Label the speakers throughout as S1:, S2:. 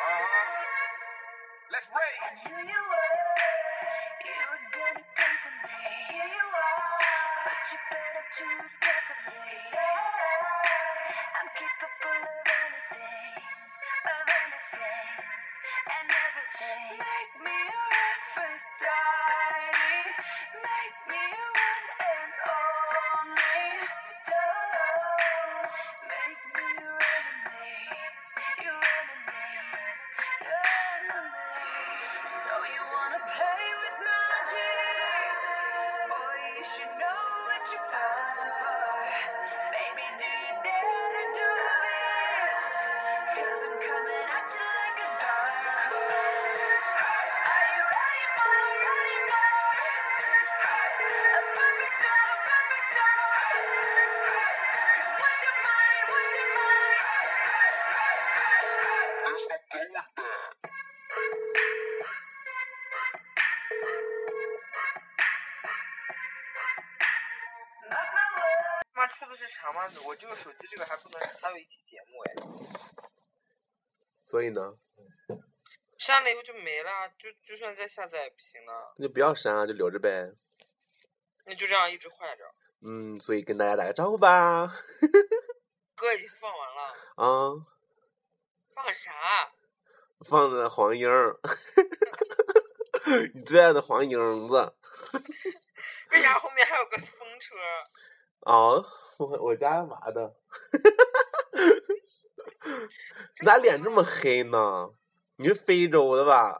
S1: Uh-huh. Let's rage.
S2: Here you were, you were gonna come to me. Here you are, but you better choose carefully. 'Cause I, I'm capable of anything, of anything, and everything. Make me your Aphrodite, make me your one and only. Don't make me your enemy, your enemy. So you wanna play with magic? Boy, you should know what you're falling for. Baby, do you dare to do this? Cause I'm coming at you like a dark horse. Are you ready for, ready for? A perfect storm, perfect storm. Cause what's your mind, what's your mind?
S1: There's no going back.
S2: Mark my words.
S3: 妈吃的是长麦子，我这个手机这个还不能安慰一期节目哎，
S4: 所以呢，
S3: 删了以后就没了，就就算再下载也不行了，
S4: 那就不要删啊，就留着呗。
S3: 那就这样一直坏着。
S4: 嗯，所以跟大家打个招呼吧。
S3: 歌已经放完了，
S4: 啊，
S3: 放啥？
S4: 放的黄莺儿，你最爱的黄莺子。
S3: 为啥后面还有个风车？
S4: 啊，我我家娃的，咋脸这么黑呢？你是非洲的吧？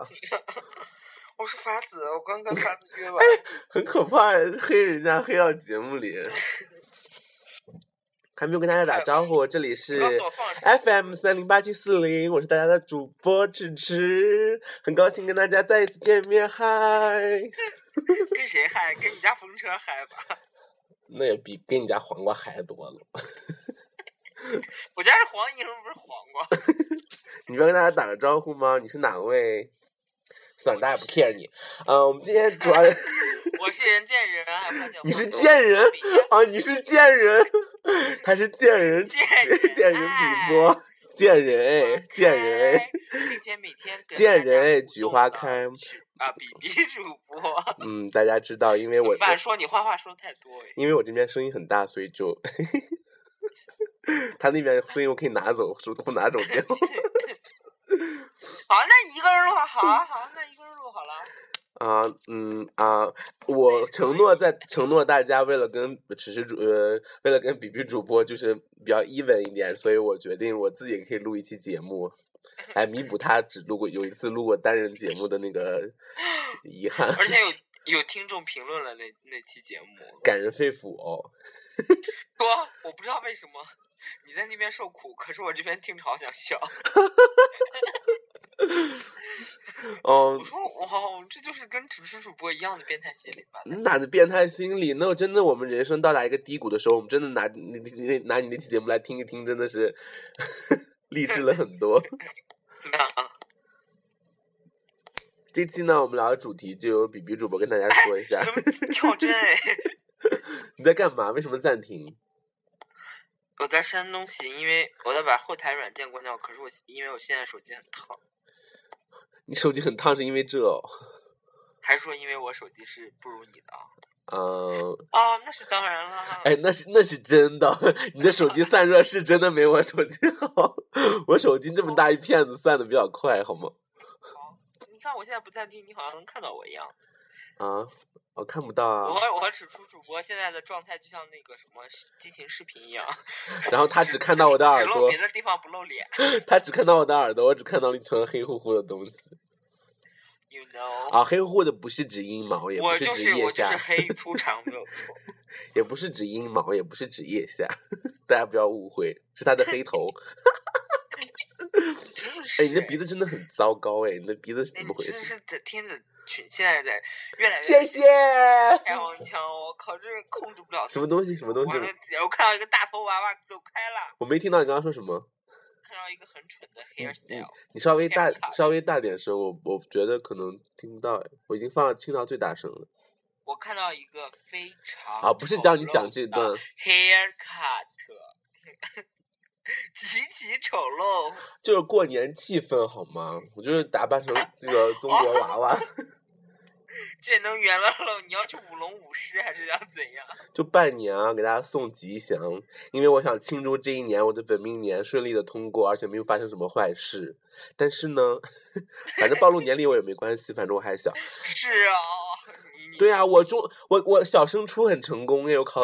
S3: 我是法子，我刚跟法子约完。
S4: 很可怕，黑人家黑到节目里， 还没有跟大家打招呼。这里
S3: 你
S4: 是
S3: 告诉我放啥？
S4: FM 三零八七四零，我是大家的主播迟迟，很高兴跟大家再一次见面，嗨！
S3: 跟谁嗨？跟你家风车嗨吧。
S4: 那也比跟你家黄瓜嗨多了。
S3: 我家是黄莺，不是黄瓜。
S4: 你不要跟大家打个招呼吗？你是哪位？算了，大家也不 care 你。呃，我们今天主要
S3: 我是人见人爱，花见花
S4: 你是
S3: 朵
S4: 贱人
S3: 不比人
S4: 啊，你是贱人，他是贱人，
S3: 贱人哎
S4: 贱人
S3: 爱
S4: 比波，贱人
S3: 花
S4: 哎，贱人
S3: 开
S4: 哎，，
S3: 并且每天跟
S4: 贱
S3: 大家
S4: 人哎
S3: 互
S4: 菊
S3: 动
S4: 花
S3: 的
S4: 开
S3: 是啊，比 比主播。
S4: 嗯，大家知道，因为
S3: 怎
S4: 我
S3: 么
S4: 这
S3: 办？说你坏话说太多哎。
S4: 因为我这边声音很大，所以就 他那边声音我可以拿走，手都拿走掉。
S3: 好，那一个人录好，好啊，好啊，那一个人录好了。
S4: 啊，嗯啊，我承诺在承诺大家，为了跟只是主呃，为了跟比比主播就是比较 even 一点，所以我决定我自己也可以录一期节目，来弥补他只录过有一次录过单人节目的那个遗 憾，
S3: 而且有有听众评论了那那期节目，
S4: 感人肺腑哦。
S3: 说我不知道为什么你在那边受苦，可是我这边听着好想笑。
S4: 哦嗯
S3: 我，说哇，哦这就是跟主持主播一样的变态心理吧？
S4: 哪的变态心理？那我真的，我们人生到达一个低谷的时候，我们真的拿你你拿你那期节目来听一听，真的是 励志了很多。
S3: 怎么样啊？
S4: 这期呢，我们聊的主题就由比比主播跟大家说一下。
S3: 怎么跳针哎？
S4: 你在干嘛？为什么暂停？
S3: 我在删东西，因为我在把后台软件关掉，可是我因为我现在手机很烫，
S4: 你手机很烫是因为这、哦？
S3: 还是说因为我手机是不如你的啊？
S4: 嗯，
S3: 啊，那是当然了。
S4: 哎，那是那是真的，你的手机散热是真的没我手机好。我手机这么大一片子，散的比较快，好吗？
S3: 你看我现在不暂停，你好像能看到我一样。
S4: 啊，我、看不到
S3: 我
S4: 啊。
S3: 和我和楚楚主播现在的状态就像那个什么视激情视频一样，
S4: 然后 他只看 到我的耳
S3: 只露
S4: 朵
S3: 别，的地方不露 脸。
S4: 他只看到我的耳朵，我只看到了一层黑乎乎的东西。
S3: You know，、
S4: 啊，黑乎乎的不是指阴毛，也不
S3: 我就
S4: 指
S3: 是
S4: 腋
S3: 我就
S4: 下，
S3: 是黑 粗长没有错。
S4: 也不是指阴毛，也不是指腋下， 大家不要误会，是他的 黑头。
S3: 真是
S4: 哎，你的鼻子真的很糟糕哎，你的鼻子是
S3: 哎
S4: 怎么回
S3: 真
S4: 事？
S3: 是的天的群现在在越来越
S4: 谢谢。
S3: 开黄腔，我靠，这是控制不了。
S4: 什么东西？什么东西
S3: 我？这我看到一个大头娃娃走开了，
S4: 我没听到你刚刚说什么。
S3: 看到一个很蠢的
S4: 嗯
S3: hairstyle，、
S4: 你稍微
S3: 太
S4: 大
S3: 大
S4: 稍微大点声，我我觉得可能听不到哎，我已经放听到最大声了。啊
S3: 我看到一个非常
S4: 啊，不是叫你
S3: 丑陋
S4: 讲这
S3: 的
S4: 段，
S3: haircut， 极其丑陋。
S4: 就是过年气氛好吗？我就是打 扮成这个中国娃娃，
S3: 这能圆了喽？你要去舞龙舞狮还是要怎样？
S4: 就拜年啊，给大家送吉祥，因为我想庆祝这一年我的本命年顺利的通过，而且没有发生什么坏事。但是呢， 反正暴露年龄我也没关系，反正我还小。
S3: 是啊，你你
S4: 对啊，我中我我小升初很成功耶，我考，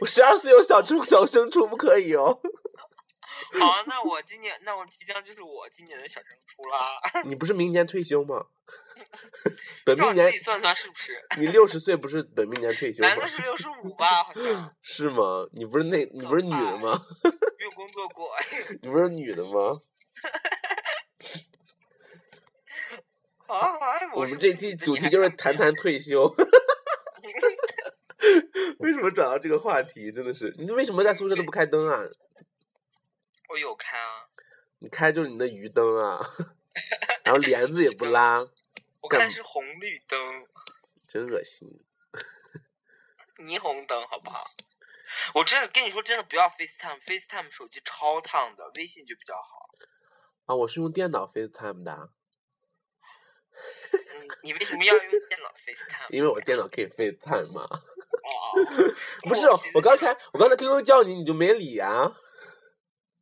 S4: 我十二岁有小初小升初不可以 哦。
S3: 好啊，那我今年那我即将就是我今年的小升初啦。
S4: 你不是明年退休 吗？本
S3: 照
S4: 命
S3: 你自
S4: 年
S3: 己算算是不是？
S4: 你六十岁不是本命年退休吗
S3: 男？的是六十五吧， 好像
S4: 是吗？你不是那你不是女 的吗？
S3: 没有工作过。
S4: 你不是女的吗？
S3: 好啊好啊，
S4: 我
S3: 是
S4: 们
S3: 不
S4: 这
S3: 女
S4: 期
S3: 的
S4: 主
S3: 你
S4: 题
S3: 还
S4: 就
S3: 看
S4: 是
S3: 不
S4: 谈
S3: 见
S4: 谈退休。 为什么转到这个话题？真的是你为什么在宿舍都不开灯啊？
S3: 我有看啊，
S4: 你开就是你的鱼灯啊， 然后帘子也不拉，
S3: 我
S4: 干
S3: 看
S4: 嘛
S3: 是红绿灯。
S4: 真恶心。
S3: 霓虹灯，好不好？我真的跟你说，真的不要 FaceTime，FaceTime 手机超烫的，微信就比较好。
S4: 啊，我是用电脑 FaceTime 的啊，
S3: 嗯你你为什么要用电 脑 FaceTime？
S4: 因为我电脑可以 FaceTime 嘛。
S3: 哦，
S4: 不是哦
S3: 寻，
S4: 我
S3: 思
S4: 刚才我刚才 QQ 叫你，你就没理啊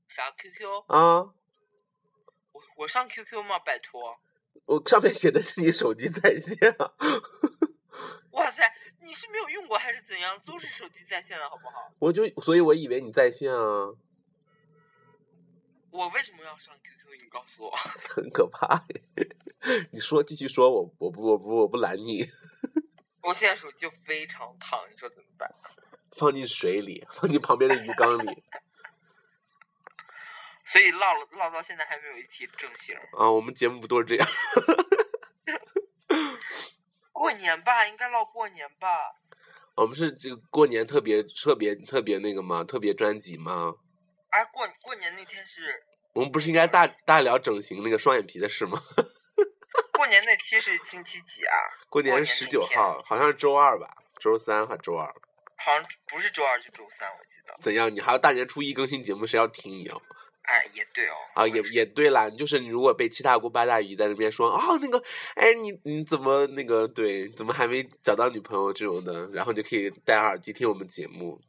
S3: 啥 QQ？
S4: 啊！
S3: 我我上 QQ 吗？拜托！
S4: 我上面写的是你手机在线啊，
S3: 哇塞，你是没有用过还是怎样？都是手机在线的好不好？
S4: 我就所以我以为你在线啊，
S3: 我为什么要上 QQ？你告诉我。
S4: 很可怕 耶。你说继续说，我我不我不我不拦你，
S3: 我现在手机就非常烫，你说怎么办？
S4: 放进水里，放进旁边的鱼缸里
S3: 所以唠了唠到现在还没有一题正形。
S4: 啊！我们节目不都是这样？
S3: 过年吧，应该唠过年吧。
S4: 我们是这个过年特别特别特别那个吗？特别专辑吗？
S3: 哎，过过年那天是
S4: 我们不是应该大大聊整形那个双眼皮的事吗？
S3: 过年那期是星期几啊？
S4: 过年
S3: 过
S4: 是
S3: 年
S4: 十
S3: 那
S4: 九
S3: 天
S4: 号，好像是周二吧，周三还周二。
S3: 好像不是周二就周三，我记得。
S4: 怎样？你还要大年初一更新节目，谁要听你哦？
S3: 哎，也对哦。
S4: 啊，
S3: 我
S4: 也
S3: 知
S4: 也对啦，就是你如果被七大姑八大姨在那边说啊、那个，哎，你你怎么那个对，怎么还没找到女朋友这种的，然后你就可以戴上耳机听我们 节目，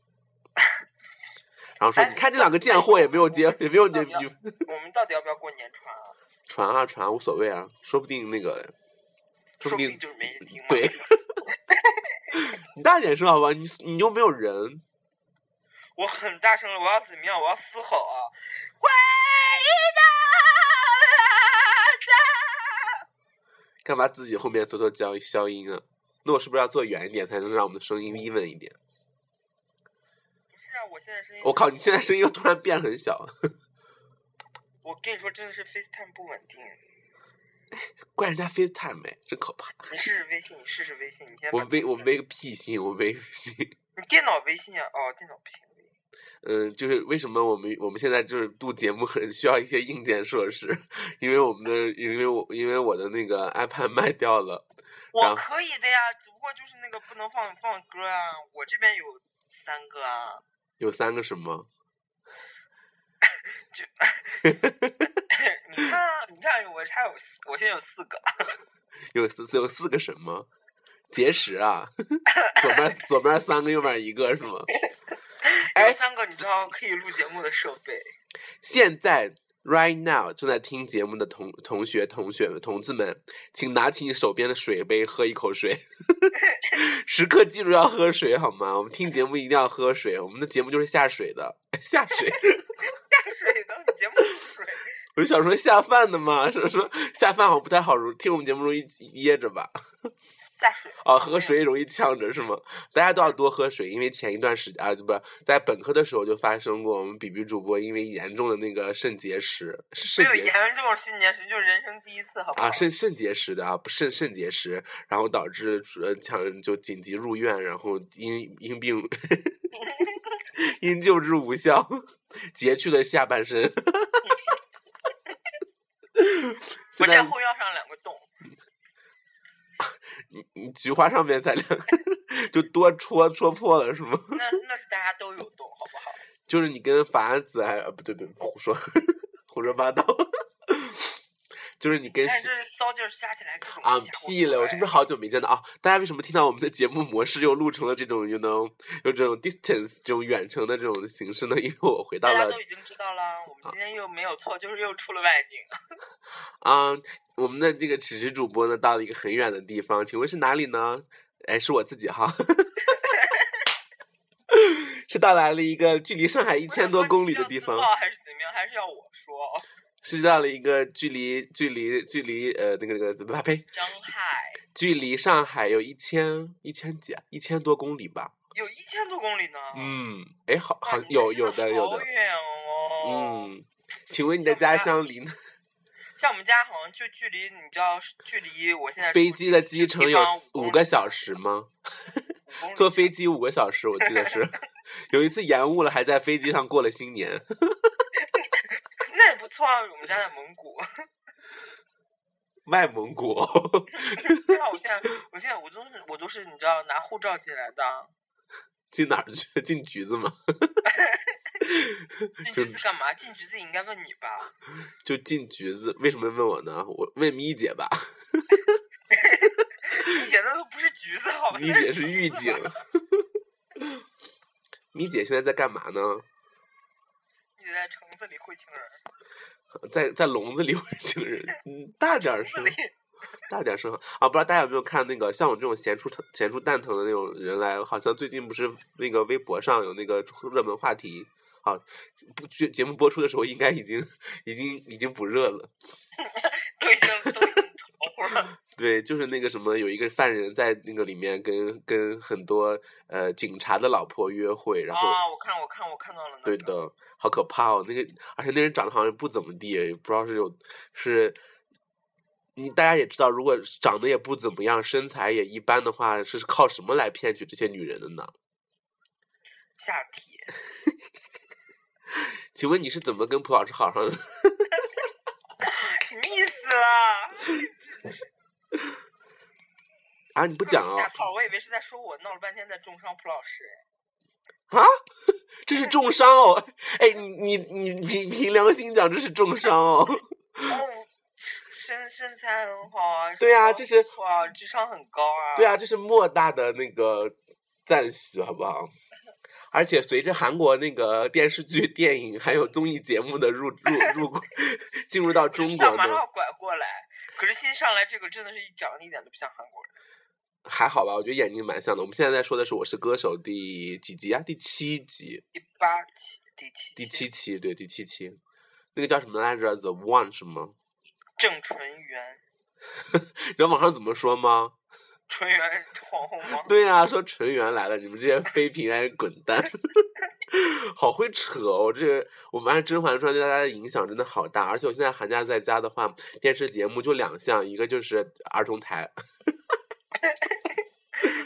S4: 然后说
S3: 哎
S4: 你看这两个贱货也没有结，也没有女
S3: 到底要
S4: 女
S3: 我们到底要不要过年穿啊？
S4: 传啊传啊无所谓啊，说不定那个，
S3: 说
S4: 说不
S3: 不
S4: 定
S3: 定就是没人听嘛。
S4: 对，你大点声好吧，你你又没有人，
S3: 我很大声了，我要怎么样？我要嘶吼啊！回到
S4: 干嘛自己后面做做消消音啊？那我是不是要坐远一点才能让我们的声音 even 一点？
S3: 不是啊，我现在声音。
S4: 我靠，你现在声音又突然变很小，
S3: 我跟你说，真的是 FaceTime 不稳定。
S4: 怪人家 FaceTime 哎，真可怕！
S3: 你试试微信，你试试微信，你先把
S4: 我微我
S3: 电
S4: 微个屁心，我微个屁。
S3: 你电脑微信啊？哦，电脑不行。
S4: 嗯，就是为什么我们我们现在就是录节目很需要一些硬件设施，因为我们的因为我因为我的那个 iPad 卖掉了，然
S3: 我
S4: 后
S3: 可以的呀，只不过就是那个不能放放歌啊，我这边有三个啊。
S4: 有三个什么？
S3: 你看啊，你看啊，我还有四，我现在有四个。
S4: 有四有四个什么？结石啊， 左边左边三个，右边一个是吗？哎
S3: 有三个你知道可以录节目的设备，
S4: 现在 right now 正在听节目的同同学、同学们、同志们，请拿起你手边的水杯，喝一口水。 时刻记住要喝水，好吗？我们听节目一定要喝水，我们的节目就是下水的， 下水。
S3: 下水的你节目是水。
S4: 我就想说下饭的嘛，说说下饭好像不太好，听我们节目容易噎着吧？
S3: 下水
S4: 啊，喝水容易呛着是吗？大家都要多喝水，因为前一段时间啊，不是在本科的时候就发生过，我们比比主播因为严重的那个肾结石，是
S3: 没
S4: 肾
S3: 有
S4: 结石。
S3: 严重肾结石，就是人生第一次，好不好？
S4: 啊，肾肾结石的啊，不肾肾结石，然后导致呃抢就紧急入院，然后因因 病因救治无效，截去了下半身。
S3: 我现
S4: 现
S3: 在
S4: 在
S3: 后腰上两个洞，
S4: 你你菊花上 面才两就多戳戳破了是吗？
S3: 那那是大家都有洞，好不好？
S4: 就是你跟法子还啊不对不对胡说 胡说八道， 就是你跟
S3: 但是就是骚劲儿加起来各种
S4: 啊
S3: 吓我
S4: 屁了，我这不是
S3: 哎
S4: 好久没见到啊！大家为什么听到我们的节目模式又录成了这种 you know 有这种 distance 这种远程的这种形式呢？因为我回到
S3: 大家
S4: 了
S3: 都已经知道了，我们今天又没有错，就是又出了外景。
S4: 啊、我们的这个此时主播呢到了一个很远的地方，请问是哪里呢？哎，是我自 己哈， 是到达了一个距离上海一
S3: 一
S4: 千多公里的地方。
S3: 还是怎么样？还是要我说？
S4: 是到了一个距离距离距离呃那个那个怎么呸，
S3: 张海
S4: 距离上海有一千一千几啊，一千多公里吧。
S3: 有一千多公里呢。
S4: 嗯，哎，好
S3: 哇，
S4: 好
S3: 你们
S4: 有
S3: 真
S4: 有的有
S3: 好
S4: 的，
S3: 远哦。嗯，
S4: 嗯，请问你的家乡离呢
S3: 像我们家好像就距离，你知道，距离我现在
S4: 飞
S3: 住
S4: 机的
S3: 这
S4: 机
S3: 个
S4: 程
S3: 地
S4: 有
S3: 方
S4: 四五个小时吗？坐飞
S3: 机
S4: 机五个小时，我记得 是。有一次延误了，还在飞机上过了新年。
S3: 公里，那也不错啊。我们家在蒙古，
S4: 外蒙古，
S3: 对啊，我现在我现在我都是我都是你知道拿护照进来的，
S4: 进哪儿去？进橘子吗？
S3: 进
S4: 就
S3: 橘子干嘛？进橘子也应该问你吧。
S4: 就进橘子？为什么问我呢？我问咪姐吧，
S3: 你写的都不是橘子好吧？
S4: 咪
S3: 那
S4: 姐是狱
S3: 橘
S4: 警
S3: 子吧。
S4: 咪姐现在在干嘛呢？
S3: 你在橙子里会情人，
S4: 在在笼子里会情人，嗯，大点儿
S3: 橙子里
S4: 声，大点儿声啊！不知道大家有没有看那个像我这种闲出疼闲出蛋疼的那种人来，好像最近不是那个微博上有那个热门话题啊，不节节目播出的时候应该已经已经已经不热了。
S3: 都已经都已经潮乎了。
S4: 对，就是那个什么，有一个犯人在那个里面跟跟很多呃警察的老婆约会，然后、
S3: 啊，我看我看我看到了、那
S4: 对
S3: 个
S4: 的，好可怕哦！那个，而且那人长得好像不怎么地，也不知道是有是，你大家也知道，如果长得也不怎么样，身材也一般的话，是靠什么来骗取这些女人的呢？
S3: 下体，
S4: 请问你是怎么跟蒲老师好上的？
S3: 什么意思啦？
S4: 啊，你不讲啊、
S3: 下套，我以为是在说我，闹了半天在重伤蒲老师。
S4: 啊， 这是重伤哦！哎，你你你你凭良心讲，这是重伤哦。
S3: 哦，身身材很好啊。
S4: 对啊
S3: 身高
S4: 这是
S3: 不错啊，智商很高啊。
S4: 对，啊，这是莫大的那个赞许，好不好？而且随着韩国那个电视剧、 电影还有综艺节目的入入入国进入到中国
S3: 马上
S4: 呢，
S3: 要拐过来，可是新上来这个真的是一长得一点都不像韩国人。
S4: 还好吧？我觉得眼睛蛮像的。我们现在在说的是《我是歌手》第几集啊？第七集，
S3: 第八期，第七，
S4: 第七，期，对，第七期。那个叫什么来着？The One 是吗？
S3: 郑淳元，
S4: 你知道网上怎么说吗？
S3: 淳元皇后吗？
S4: 对啊，说纯元来了，你们这些妃嫔还滚蛋， 好会扯哦！这我发现《甄嬛传》对大家的影响真的好大，而且我现在寒假在家的话，电视节目就两项，一个就是儿童台，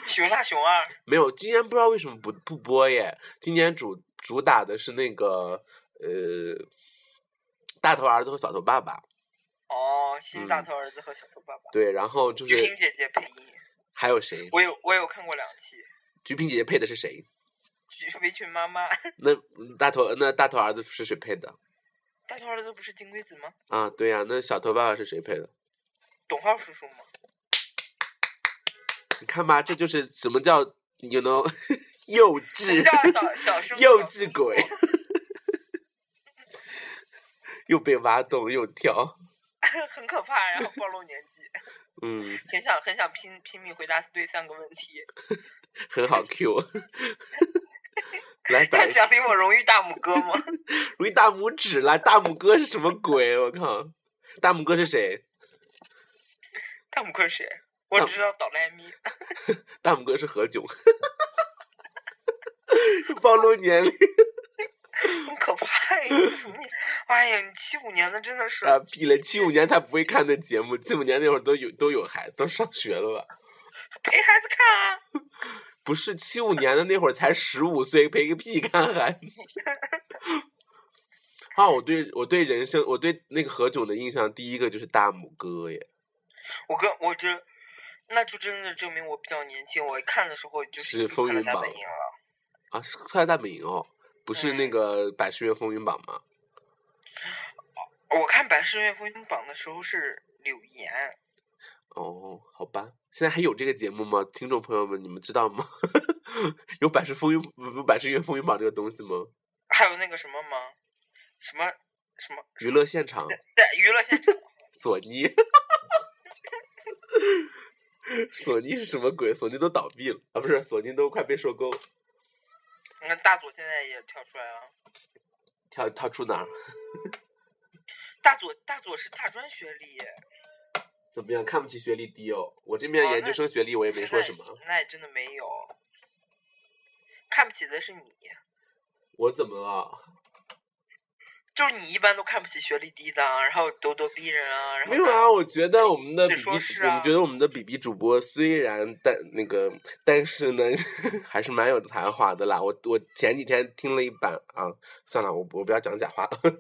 S3: 熊大熊二，
S4: 没有，今年不知道为什么不不播耶，今年主主打的是那个呃。大头儿子和小头爸爸，
S3: 哦，新大
S4: 嗯
S3: 头儿子和小头爸爸，
S4: 对，然后就
S3: 菊萍
S4: 是
S3: 姐姐配音，
S4: 还有谁？
S3: 我有我有看过两期。
S4: 菊萍姐姐配的是谁？
S3: 去围裙妈妈，
S4: 那嗯大头那大头儿子是谁配的？
S3: 大头儿子不是金龟子吗？
S4: 啊，对呀、那小头爸爸是谁配的？
S3: 董浩叔叔吗？
S4: 你看吧，这就是什么叫 you know 幼
S3: 什么
S4: 稚
S3: 叫， 小小生
S4: 幼
S3: 小叔
S4: 稚
S3: 叔
S4: 鬼，又被挖洞又跳，
S3: 很可怕，然后暴露年纪，
S4: 嗯，
S3: 很想很想拼拼命回答对三个问 题。
S4: 很好 Q。来
S3: 要
S4: 摆
S3: 奖励我荣誉大拇哥吗？
S4: 如意大拇指啦！大拇哥是什么鬼？我靠！大拇哥是谁？
S3: 大拇哥是谁？
S4: 嗯
S3: 我只知道倒赖咪，
S4: 大拇哥是何炅，暴露年龄
S3: 很可怕 呀！你什么你？哎呀，你七五年的真的是，
S4: 啊！屁了，七五年才不会看的节目，七五年那会儿都有都有孩子，都上学了吧？
S3: 陪孩子看啊！
S4: 不是七五年的那会儿才十五岁，陪个屁看孩子。啊，我对我对人生，我对那个何炅的印象，第一个就是大拇哥耶，
S3: 我跟我这，那就真的证明我比较年轻。我看的时候就是已经
S4: 风
S3: 看了
S4: 云
S3: 大
S4: 榜
S3: 本营了。
S4: 啊，是快乐大本营哦，不不是那个百事月风云榜吗？
S3: 我看《百事月风云榜》的时候是柳岩，
S4: 哦，好吧，现在还有这个节目吗？听众朋友们，你们知道吗？ 有百事风云有百事月风云榜这个东西吗？
S3: 还有那个什么吗？什么什么
S4: 娱乐现场，
S3: 在娱乐现场
S4: 索尼， 索尼是什么鬼？索尼都倒闭了啊，不是，索尼都快被收购，
S3: 你看大佐现在也跳出来了。
S4: 跳跳出哪儿？
S3: 大佐大佐是大专学历耶，
S4: 怎么样？看不起学历低哦？我这边
S3: 哦
S4: 研究
S3: 那
S4: 生学历我也没
S3: 那
S4: 说什么，啊
S3: 那也真的没有。看不起的是你，
S4: 我怎么了？
S3: 就是你一般都看不起学历低的啊，然后咄咄逼人啊，然后
S4: 没有啊，我觉得我们的
S3: 得
S4: 比
S3: 说
S4: 比，
S3: 是
S4: 我
S3: 啊
S4: 们觉得我们的比比主播虽然但那个，但是呢， 还是蛮有才华的啦。我我前几天听了一版啊，算了，我不我不要讲假话了，
S3: 啊，我以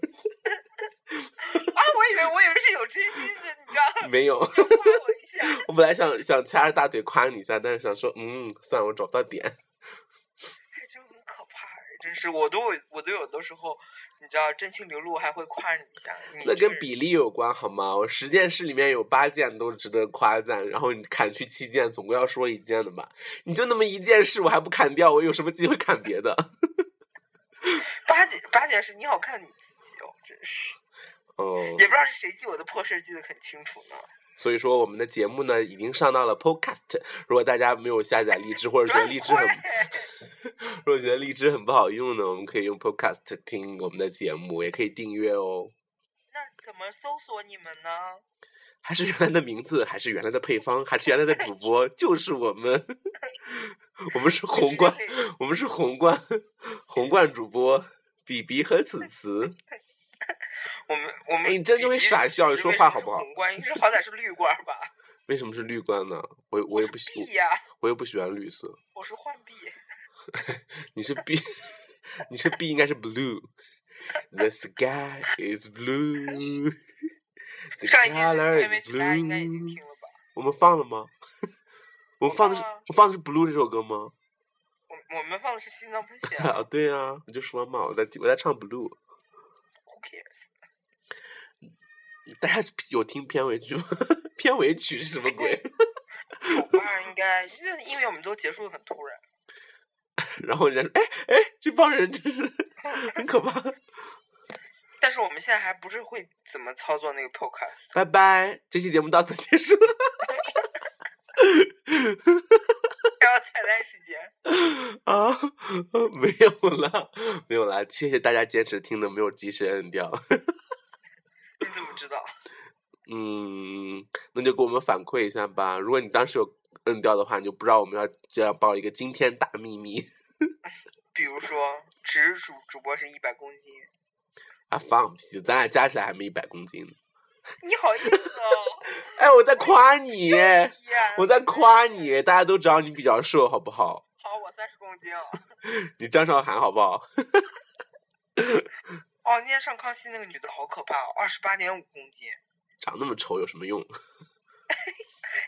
S3: 为我以为是有真心的，你知道吗？
S4: 没有，
S3: 夸我一下，
S4: 我本来想想掐着大腿夸你一下，但是想说，嗯，算了，我找不到点。
S3: 哎，真很可怕，哎真是我都有我都有的时候，你知道真情流露还会夸你一下，你
S4: 那
S3: 这
S4: 跟
S3: 人
S4: 比例有关好吗？我十件事里面有八件都值得夸赞，然后你砍去七件，总归要说一件的吧？你就那么一件事，我还不砍掉，我有什么机会砍别的？
S3: 八姐八姐是你好看你自己哦，真是
S4: 哦、
S3: 也不知道是谁记我的破事儿记得很清楚呢。
S4: 所以说我们的节目呢已经上到了 Podcast，如果大家没有下载荔枝或者觉得
S3: 转
S4: 荔枝
S3: 会
S4: 很，如果觉得荔枝很不好用呢，我们可以用 Podcast 听我们的节目，也可以订阅哦。
S3: 那怎么搜索你们呢？
S4: 还是原来的名字，还是原来的配方，还是原来的主播，就是我们， 我们是
S3: 就直
S4: 宏
S3: 接
S4: 观，
S3: 可以
S4: 我们是宏观，宏观主播比比和此词。
S3: 我们我们
S4: 哎你真的
S3: 比
S4: 会
S3: 比
S4: 傻
S3: 是
S4: 笑你
S3: 是
S4: 说
S3: 为
S4: 话
S3: 什么
S4: 好
S3: 是
S4: 不好
S3: 宏观，你是好歹是绿罐儿 吧？
S4: 为什么是绿冠呢？我我也不喜
S3: 是 B 呀、
S4: 我也不喜欢绿色，
S3: 我是浣碧，
S4: 你是 B，你是 B 应该是 blue。The sky is blue. The
S3: 上一期
S4: color
S3: 妹妹
S4: is
S3: 曲大家应该已经
S4: blue.
S3: 听了吧？
S4: 我们放了吗？ 我
S3: 我
S4: 们放的是
S3: 放了
S4: 我放的是 blue 这首歌吗？
S3: 我我们放的是心脏喷血啊
S4: 啊，对啊，我就说嘛，我在我在唱 blue。
S3: ，Who cares？
S4: 大家有听片尾曲吗？ 片尾曲是什
S3: 哎
S4: 么鬼？
S3: 我爸应该因为因为我们都结束的很突然，
S4: 然后人家说，哎哎，这帮人真是很可怕。
S3: 但是我们现在还不是会怎么操作那个 podcast。
S4: 拜拜，这期节目到此结束。
S3: 还有彩蛋时间，
S4: 啊，没有啦，没有啦，谢谢大家坚持听的，没有及时摁掉。
S3: 你怎么知道？
S4: 嗯，那就给我们反馈一下吧。如果你当时有摁掉的话，你就不知道我们要这样报一个惊天大秘密
S3: 比如说，只是主主播是一百公斤，
S4: 啊！放屁，咱俩加起来还没一百公斤呢。
S3: 你好意思哦？
S4: 哎，我在夸你，
S3: 呀
S4: 我在夸你，大家都知道你比较瘦，好不好？
S3: 好，我三十公斤哦。
S4: 你张韶涵好不好？
S3: 哦，那天上康熙那个女的好可怕哦，二十八点五公斤。
S4: 长那么丑有什么用？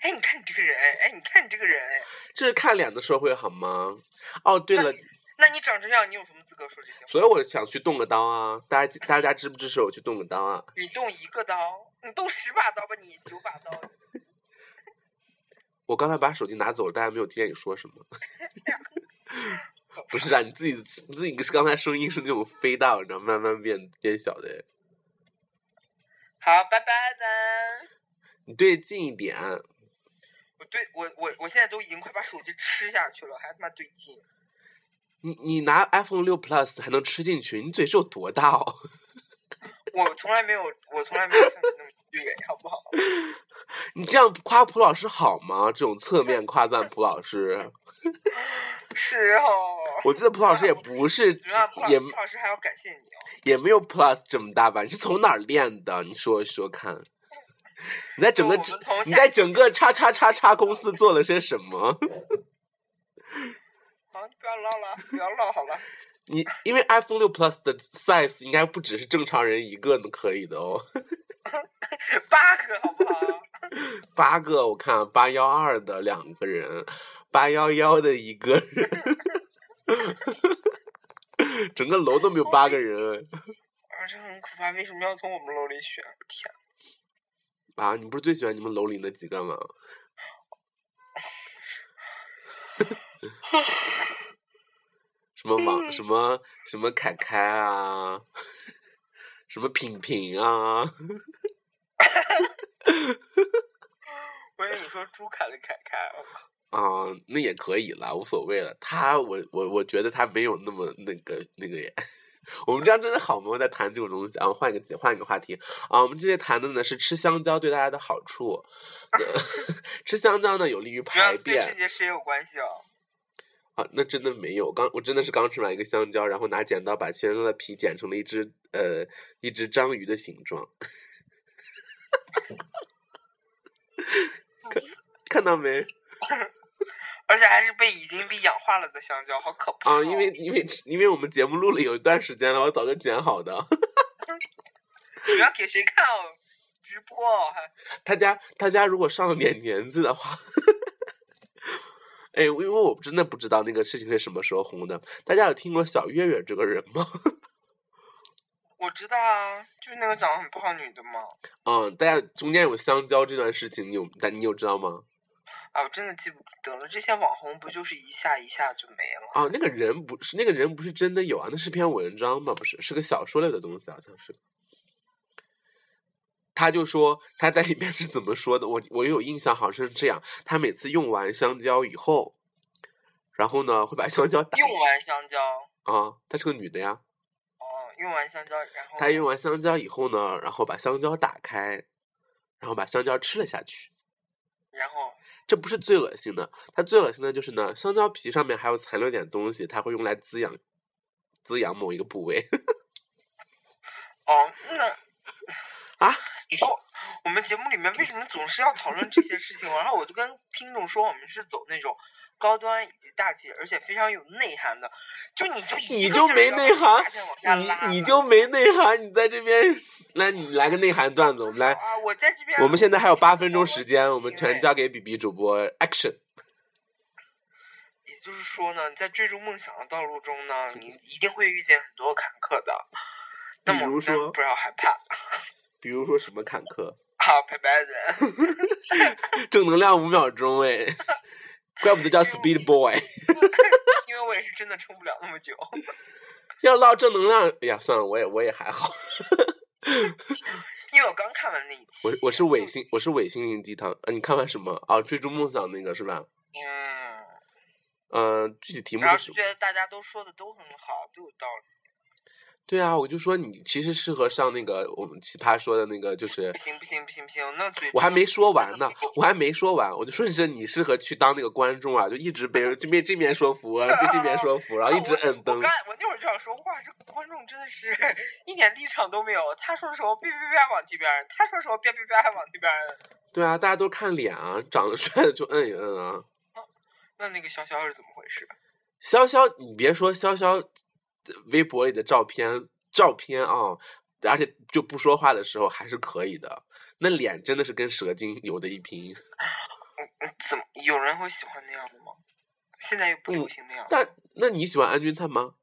S3: 哎，你看你这个人，哎，你看你这个人，哎，
S4: 这是看脸的社会好吗？哦，对了，
S3: 那你长这样，你有什么资格说这些话？
S4: 所以我想去动个刀啊！大家大家支不支持我去动个刀啊？
S3: 你动一个刀，你动十把刀吧，你九把刀。
S4: 我刚才把手机拿走了，大家没有听见你 说什么。不是啊，你自己你自己刚才声音是那种飞到，然后慢慢变变小的。
S3: 好，拜拜咱。
S4: 你对近一点，
S3: 我对我我我现在都已经快把手机吃下去了，还他妈对劲。
S4: 你你拿 iPhone 六 Plus 还能吃进去，你嘴是有多大哦？
S3: 我从来没有，我从来没有像你那么对，好不好？
S4: 你这样夸蒲老师好吗？这种侧面夸赞蒲老师，
S3: 是哦。
S4: 我觉得蒲老师也 不是
S3: 怎么样，顾老
S4: 也
S3: 顾老师还要感谢你哦。
S4: 也没有 Plus 这么大吧？你是从哪儿练的？你说一说看。你在整个
S3: 就我们从
S4: 你
S3: 下
S4: 在整个叉叉叉叉公司做了些什么？
S3: 好，你不要唠了，不要唠好了。
S4: 你因为 iPhone 六 Plus 的 size 应该不只是正常人一个能可以的哦，
S3: 八个好 不好？
S4: 八个我看啊八幺二的两个人，八幺幺的一个人， 整个楼都没有八个人
S3: 啊，这很可怕！为什么要从我们楼里选？天，
S4: 啊！你不是最喜欢你们楼里那几个吗？ 什么王
S3: 嗯
S4: 什么什么凯凯啊，什么品品啊，
S3: 我以为你说朱凯的凯哦凯，我靠，
S4: 啊，那也可以啦，无所谓了。他，我我我觉得他没有那么那个那个耶。 我们这样真的好吗？在谈这种东西啊，换一个换一个话题啊。我们这些谈的呢是吃香蕉对大家的好处。呃 吃香蕉呢有利于
S3: 不要
S4: 排
S3: 对这
S4: 便
S3: 件事也有关系哦。
S4: 啊。那真的没有，刚我真的是刚吃完一个香蕉，然后拿剪刀把香蕉的皮剪成了一只呃一只章鱼的形状。 看看到没？
S3: 而且还是被已经被氧化了的香蕉，好可怕、哦！
S4: 啊，因为因为因为我们节目录了有一段时间了，我早就剪好的。
S3: 你要给谁看哦？直播哦，还
S4: 他家他家如果上了点年纪的话， 哎，因为我真的不知道那个事情是什么时候红的。大家有听过小月月这个人吗？
S3: 我知道啊，就是那个长得很胖女的嘛。
S4: 嗯，大家中间有香蕉这段事情，你有但你有知道吗？
S3: 啊，我真的记不得了。这些网红不就是一下一下就没了？
S4: 啊，那个人不是那个人不是真的有啊，那是篇文章吗？不是，是个小说类的东西，好像是。他就说他在里面是怎么说的，我我有印象，好像是这样。他每次用完香蕉以后，然后呢会把香蕉打
S3: 用完香蕉，
S4: 啊，她是个女的呀。
S3: 哦，用完香蕉，然后
S4: 她用完香蕉以后呢，然后把香蕉打开，然后把香蕉吃了下去。
S3: 然后
S4: 这不是最恶心的，它最恶心的就是呢，香蕉皮上面还有残留点东西，它会用来滋养滋养某一个部位
S3: 哦，那
S4: 啊。
S3: 你说我我们节目里面为什么总是要讨论这些事情？然后我就跟听众说，我们是走那种高端以及大气，而且非常有内涵的。就你就一
S4: 你
S3: 个
S4: 就
S3: 劲儿
S4: 没
S3: 地
S4: 内
S3: 往
S4: 涵
S3: 下线往下拉
S4: 你你
S3: 呢
S4: 就没内涵，你在这边，来你来个内涵段子，我们来。
S3: 啊，我在这边。
S4: 我们现在还有八分钟时间，
S3: 我哎
S4: 我们全。交给比比主播 action。
S3: 也就是说呢，你在追逐梦想的道路中 呢，你一定会遇见很多坎坷的。那么
S4: 比如
S3: 呢
S4: 说
S3: 不要害怕
S4: 比如说什么坎坷，
S3: 啊，拜拜 人。
S4: 正能量五秒钟 哎，怪不得叫 Speed Boy。
S3: 因为我也是真的撑不了那么久。
S4: 要唠正能量，哎呀，算了，我也我也还好，
S3: 因为我刚看完那一期。
S4: 我我是伪
S3: 伪。
S4: 心我是伪心灵鸡汤啊！你看完什么啊？追逐梦想那个是吧？
S3: 嗯。
S4: 嗯、具体题目
S3: 然后
S4: 是
S3: 就
S4: 什
S3: 觉
S4: 么？
S3: 得大家都说的都很好，都有道理。
S4: 对啊，我就说你其实适合上那个我们奇葩说的那个，就是
S3: 不行不行不行不行，那嘴
S4: 我还没说完呢
S3: 那嘴，
S4: 我还没说完，我就说你是你适合去当那个观众啊，就一直被人就被这边说服，啊，被这边说服，然后一 直
S3: 我
S4: 摁
S3: 我
S4: 灯
S3: 刚。我那会儿就想说，哇，这观众真的是一点立场都没有。他说的时候，别别别往这边儿；他说的时候，别别别还往那边儿。
S4: 对啊，大家都看脸啊，长得帅的就摁一摁啊。
S3: 那那个潇潇是怎么回事？
S4: 潇潇，你别说潇潇，呃微博里的照片，照片啊，而且就不说话的时候还是可以的。那脸真的是跟蛇精有的一拼，
S3: 嗯，怎么有人会喜欢那样的吗？现在又不流行那样。
S4: 嗯但那你喜欢安钧璨吗？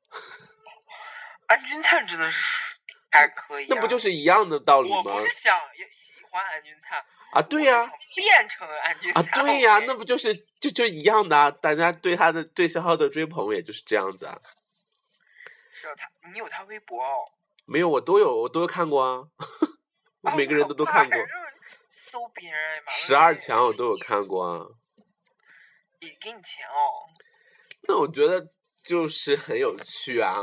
S3: 安钧璨真的是还可以、啊，
S4: 那不就是一样的道理
S3: 我
S4: 吗
S3: 不？是想也喜欢安钧璨，
S4: 啊，
S3: 我
S4: 对
S3: 是
S4: 呀、
S3: 想变成安钧
S4: 啊，
S3: 璨
S4: 对呀、
S3: OK
S4: 那不就是就就一样的、啊？大家对他的对潇潇的追捧也就是这样子啊。
S3: 是啊他，你有他微博哦，
S4: 没有，我都有，我都有看过啊， 我
S3: 啊
S4: 每个人都都
S3: 好怕
S4: 看 过。
S3: 就是搜别人嘛，
S4: 十二强我都有看过啊。
S3: 也给你钱哦。
S4: 那我觉得就是很有趣啊，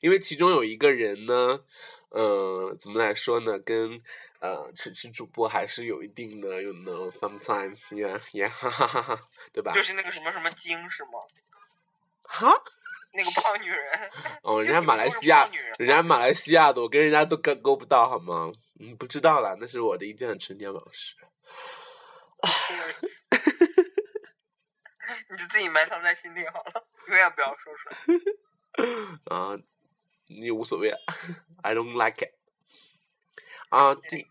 S4: 因为其中有一个人呢，呃，怎么来说呢，跟呃吃吃主播还是有一定的，you know，sometimes yeah yeah，哈哈哈哈，对吧
S3: 就？是那个什么什么精是吗？
S4: 哈，
S3: 那个胖女人，
S4: 哦，人
S3: 那
S4: 家
S3: 你
S4: 马
S3: 不
S4: 来
S3: 是
S4: 西亚
S3: 胖女人，啊
S4: 人家马来西亚的，我跟人家都勾勾不到好吗？嗯，不知道啦，那是我的一件陈年往事。
S3: 你就自己埋藏在心里好了，永远不要说出来。
S4: 啊，你无所谓啊，I don't like it。啊，这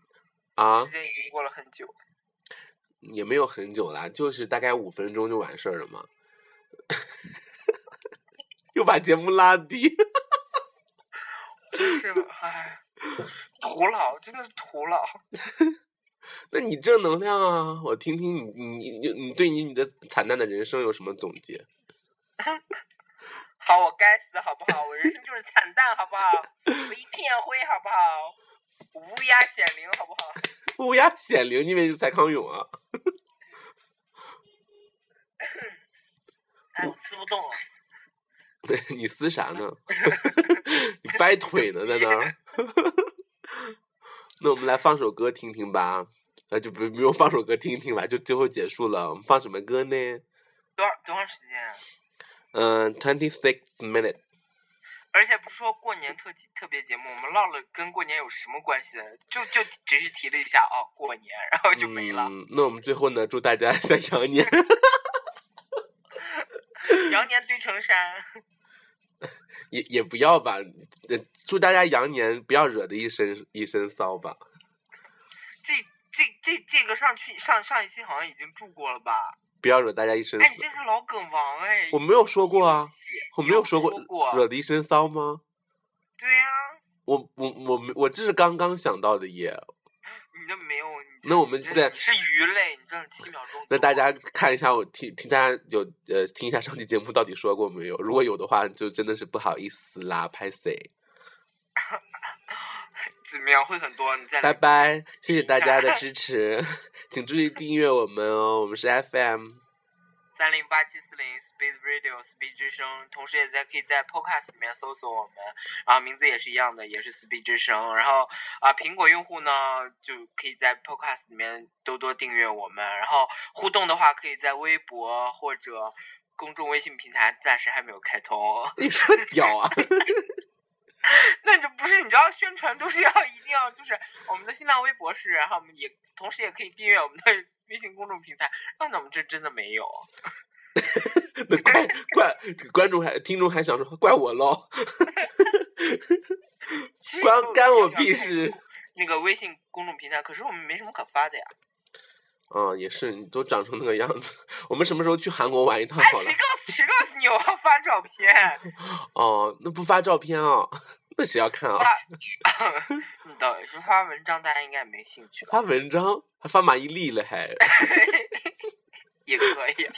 S4: 啊
S3: 时，间已经过了很久，
S4: 也没有很久啦，就是大概五分钟就完事 儿了嘛。又把节目拉低，
S3: 真是唉，徒劳，真的是徒劳。
S4: 那你正能量啊，我听听你你你你对你你的惨淡的人生有什么总结？
S3: 好，我该死，好不好？我人生就是惨淡，好不好？我一片灰，好不好？我乌鸦显灵，好不好？
S4: 乌鸦显灵，你以为是蔡康永啊？
S3: 哎，我撕不动了。
S4: 你撕 啥呢？ 你掰腿呢，在那儿。 那我们来放首歌听听吧，那就不不用放首歌听听吧，就最后结束了。我们放什么歌呢？
S3: 多少多长时间啊？
S4: 嗯，Twenty Six Minute。
S3: 而且不是说过年特辑特别节目，我们唠了跟过年有什么关系的，就就只是提了一下哦，过年，然后就没了。
S4: 嗯。那我们最后呢，祝大家 在羊年嗯
S3: 羊年堆成山，
S4: 也也不要吧，呃祝大家羊年不要惹得一身一身骚吧。
S3: 这这这这个上去上上一期好像已经住过了吧？
S4: 不要惹大家一身。
S3: 哎，你这是老梗王哎！
S4: 我没有说过啊
S3: 一起，
S4: 我没有说
S3: 过
S4: 过。惹得一身骚吗？
S3: 对啊，
S4: 我我我没我这是刚刚想到的耶。
S3: 你这没有。你这
S4: 那我们
S3: 你这
S4: 再
S3: 你是鱼类，你真的七秒钟。
S4: 那大家看一下我听听大家有呃听一下上期节目到底说过没有？如果有的话，就真的是不好意思啦，拍谁？
S3: 怎么样？会很多，你再来
S4: 拜拜，谢谢大家的支持，请注意订阅我们哦，我们是 FM。
S3: 三零八七四零 Speed Radio Speed 之声，同时也在可以在 Podcast 里面搜索我们，然后名字也是一样的，也是 Speed 之声。然后啊，苹果用户呢就可以在 Podcast 里面多多订阅我们，然后互动的话可以在微博或者公众微信平台，暂时还没有开通。
S4: 你说屌啊！
S3: 那你就不是你知道宣传都是要一定要就是我们的新浪微博是，然后我们也同时也可以订阅我们的微信公众平台。那我们这真的没有。
S4: 那怪怪观众还听众还想说怪我喽，
S3: 其实
S4: 关
S3: 有
S4: 干
S3: 有
S4: 我
S3: 两
S4: 屁
S3: 个
S4: 事。
S3: 那个微信公众平台，可是我们没什么可发的呀。
S4: 嗯，也是，你都长成那个样子，我们什么时候去韩国玩一趟
S3: 哎，
S4: 好了
S3: 谁？告诉谁告诉你我要发照片？
S4: 哦，那不发照片啊、 那谁要看啊？
S3: 你嗯倒也是发文章，大家应该也没兴趣了，
S4: 发文章还发马伊琍了还。
S3: 也可以。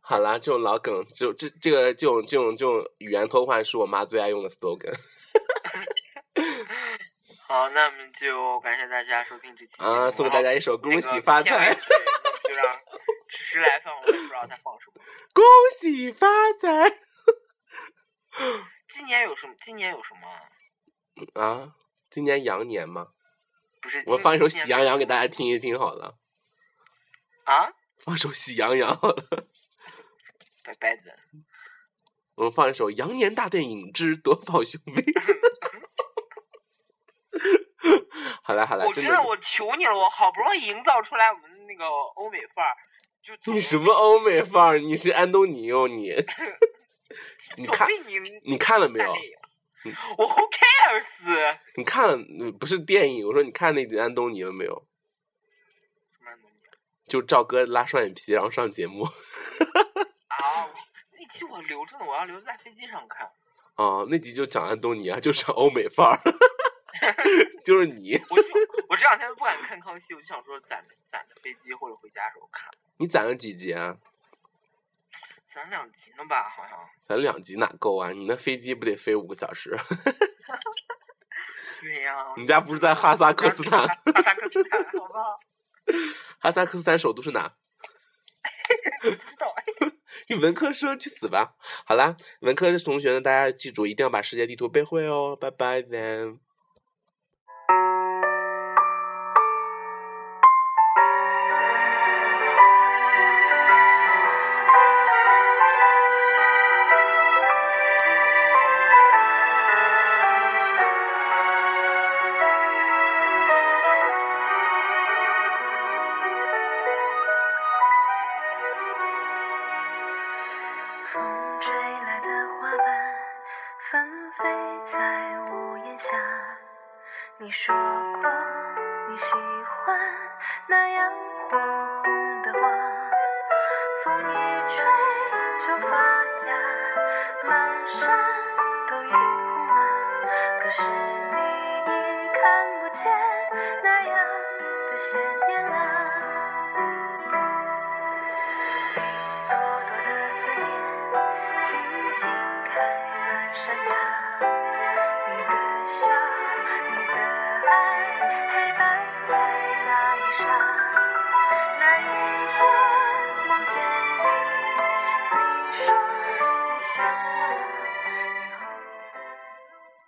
S4: 好啦，这种老梗，就这这个这种这种这种语言偷换是我妈最爱用的 slogan
S3: 好，那我们就感谢大家收听这期节目
S4: 啊，送给大家一首《恭喜发。
S3: 然后那个片尾
S4: 财》，
S3: 曲那么就让只是来放，我也不知道他放什么。
S4: 恭喜发财
S3: 今年有什么？今年有什么啊？
S4: 啊！今年羊年嘛，
S3: 不是，
S4: 我
S3: 今
S4: 放一首《
S3: 今年
S4: 喜羊羊》给大家听一听好了，
S3: 啊，
S4: 放首《喜羊羊》 好了，
S3: 拜拜的。
S4: 我们放一首《羊年大电影之夺宝兄妹》。好啦好啦，
S3: 我
S4: 真
S3: 真的，我求你了，我好不容易营造出来我们那个欧美范儿，就
S4: 你什
S3: 总
S4: 么欧美范儿？你是安东尼哦 你？你
S3: 总
S4: 看
S3: 被你
S4: 你看了没
S3: 大
S4: 有？嗯
S3: 内影我 who cares？
S4: 你看了嗯不是电影？我说你看那集安东尼了没有？就赵哥拉双眼皮，然后上节目
S3: 啊，那期我留着呢，我要留在飞机上看。
S4: 啊，那集就讲安东尼啊，就是欧美范儿，就是你，
S3: 我就我这两天都不敢看康熙，我就想说攒着攒着飞机或者回家的时候看，
S4: 你攒了几集啊？
S3: 攒两集呢吧，好像。
S4: 攒两集哪够啊？你那飞机不得飞五个小时？
S3: 对呀、
S4: 你家不是在哈萨克嗯斯坦？
S3: 哈萨克斯坦，好不好？
S4: 哈萨克斯坦首都是哪？
S3: 不知道，哎，
S4: 你文科生去死吧！好啦，文科的同学呢，大家记住一定要把世界地图背会哦。拜拜，then。
S2: 风吹来的花瓣纷飞在屋檐下。你说过你喜欢那样火红的花，风一吹就发芽，满山都映红了。可
S5: 的事。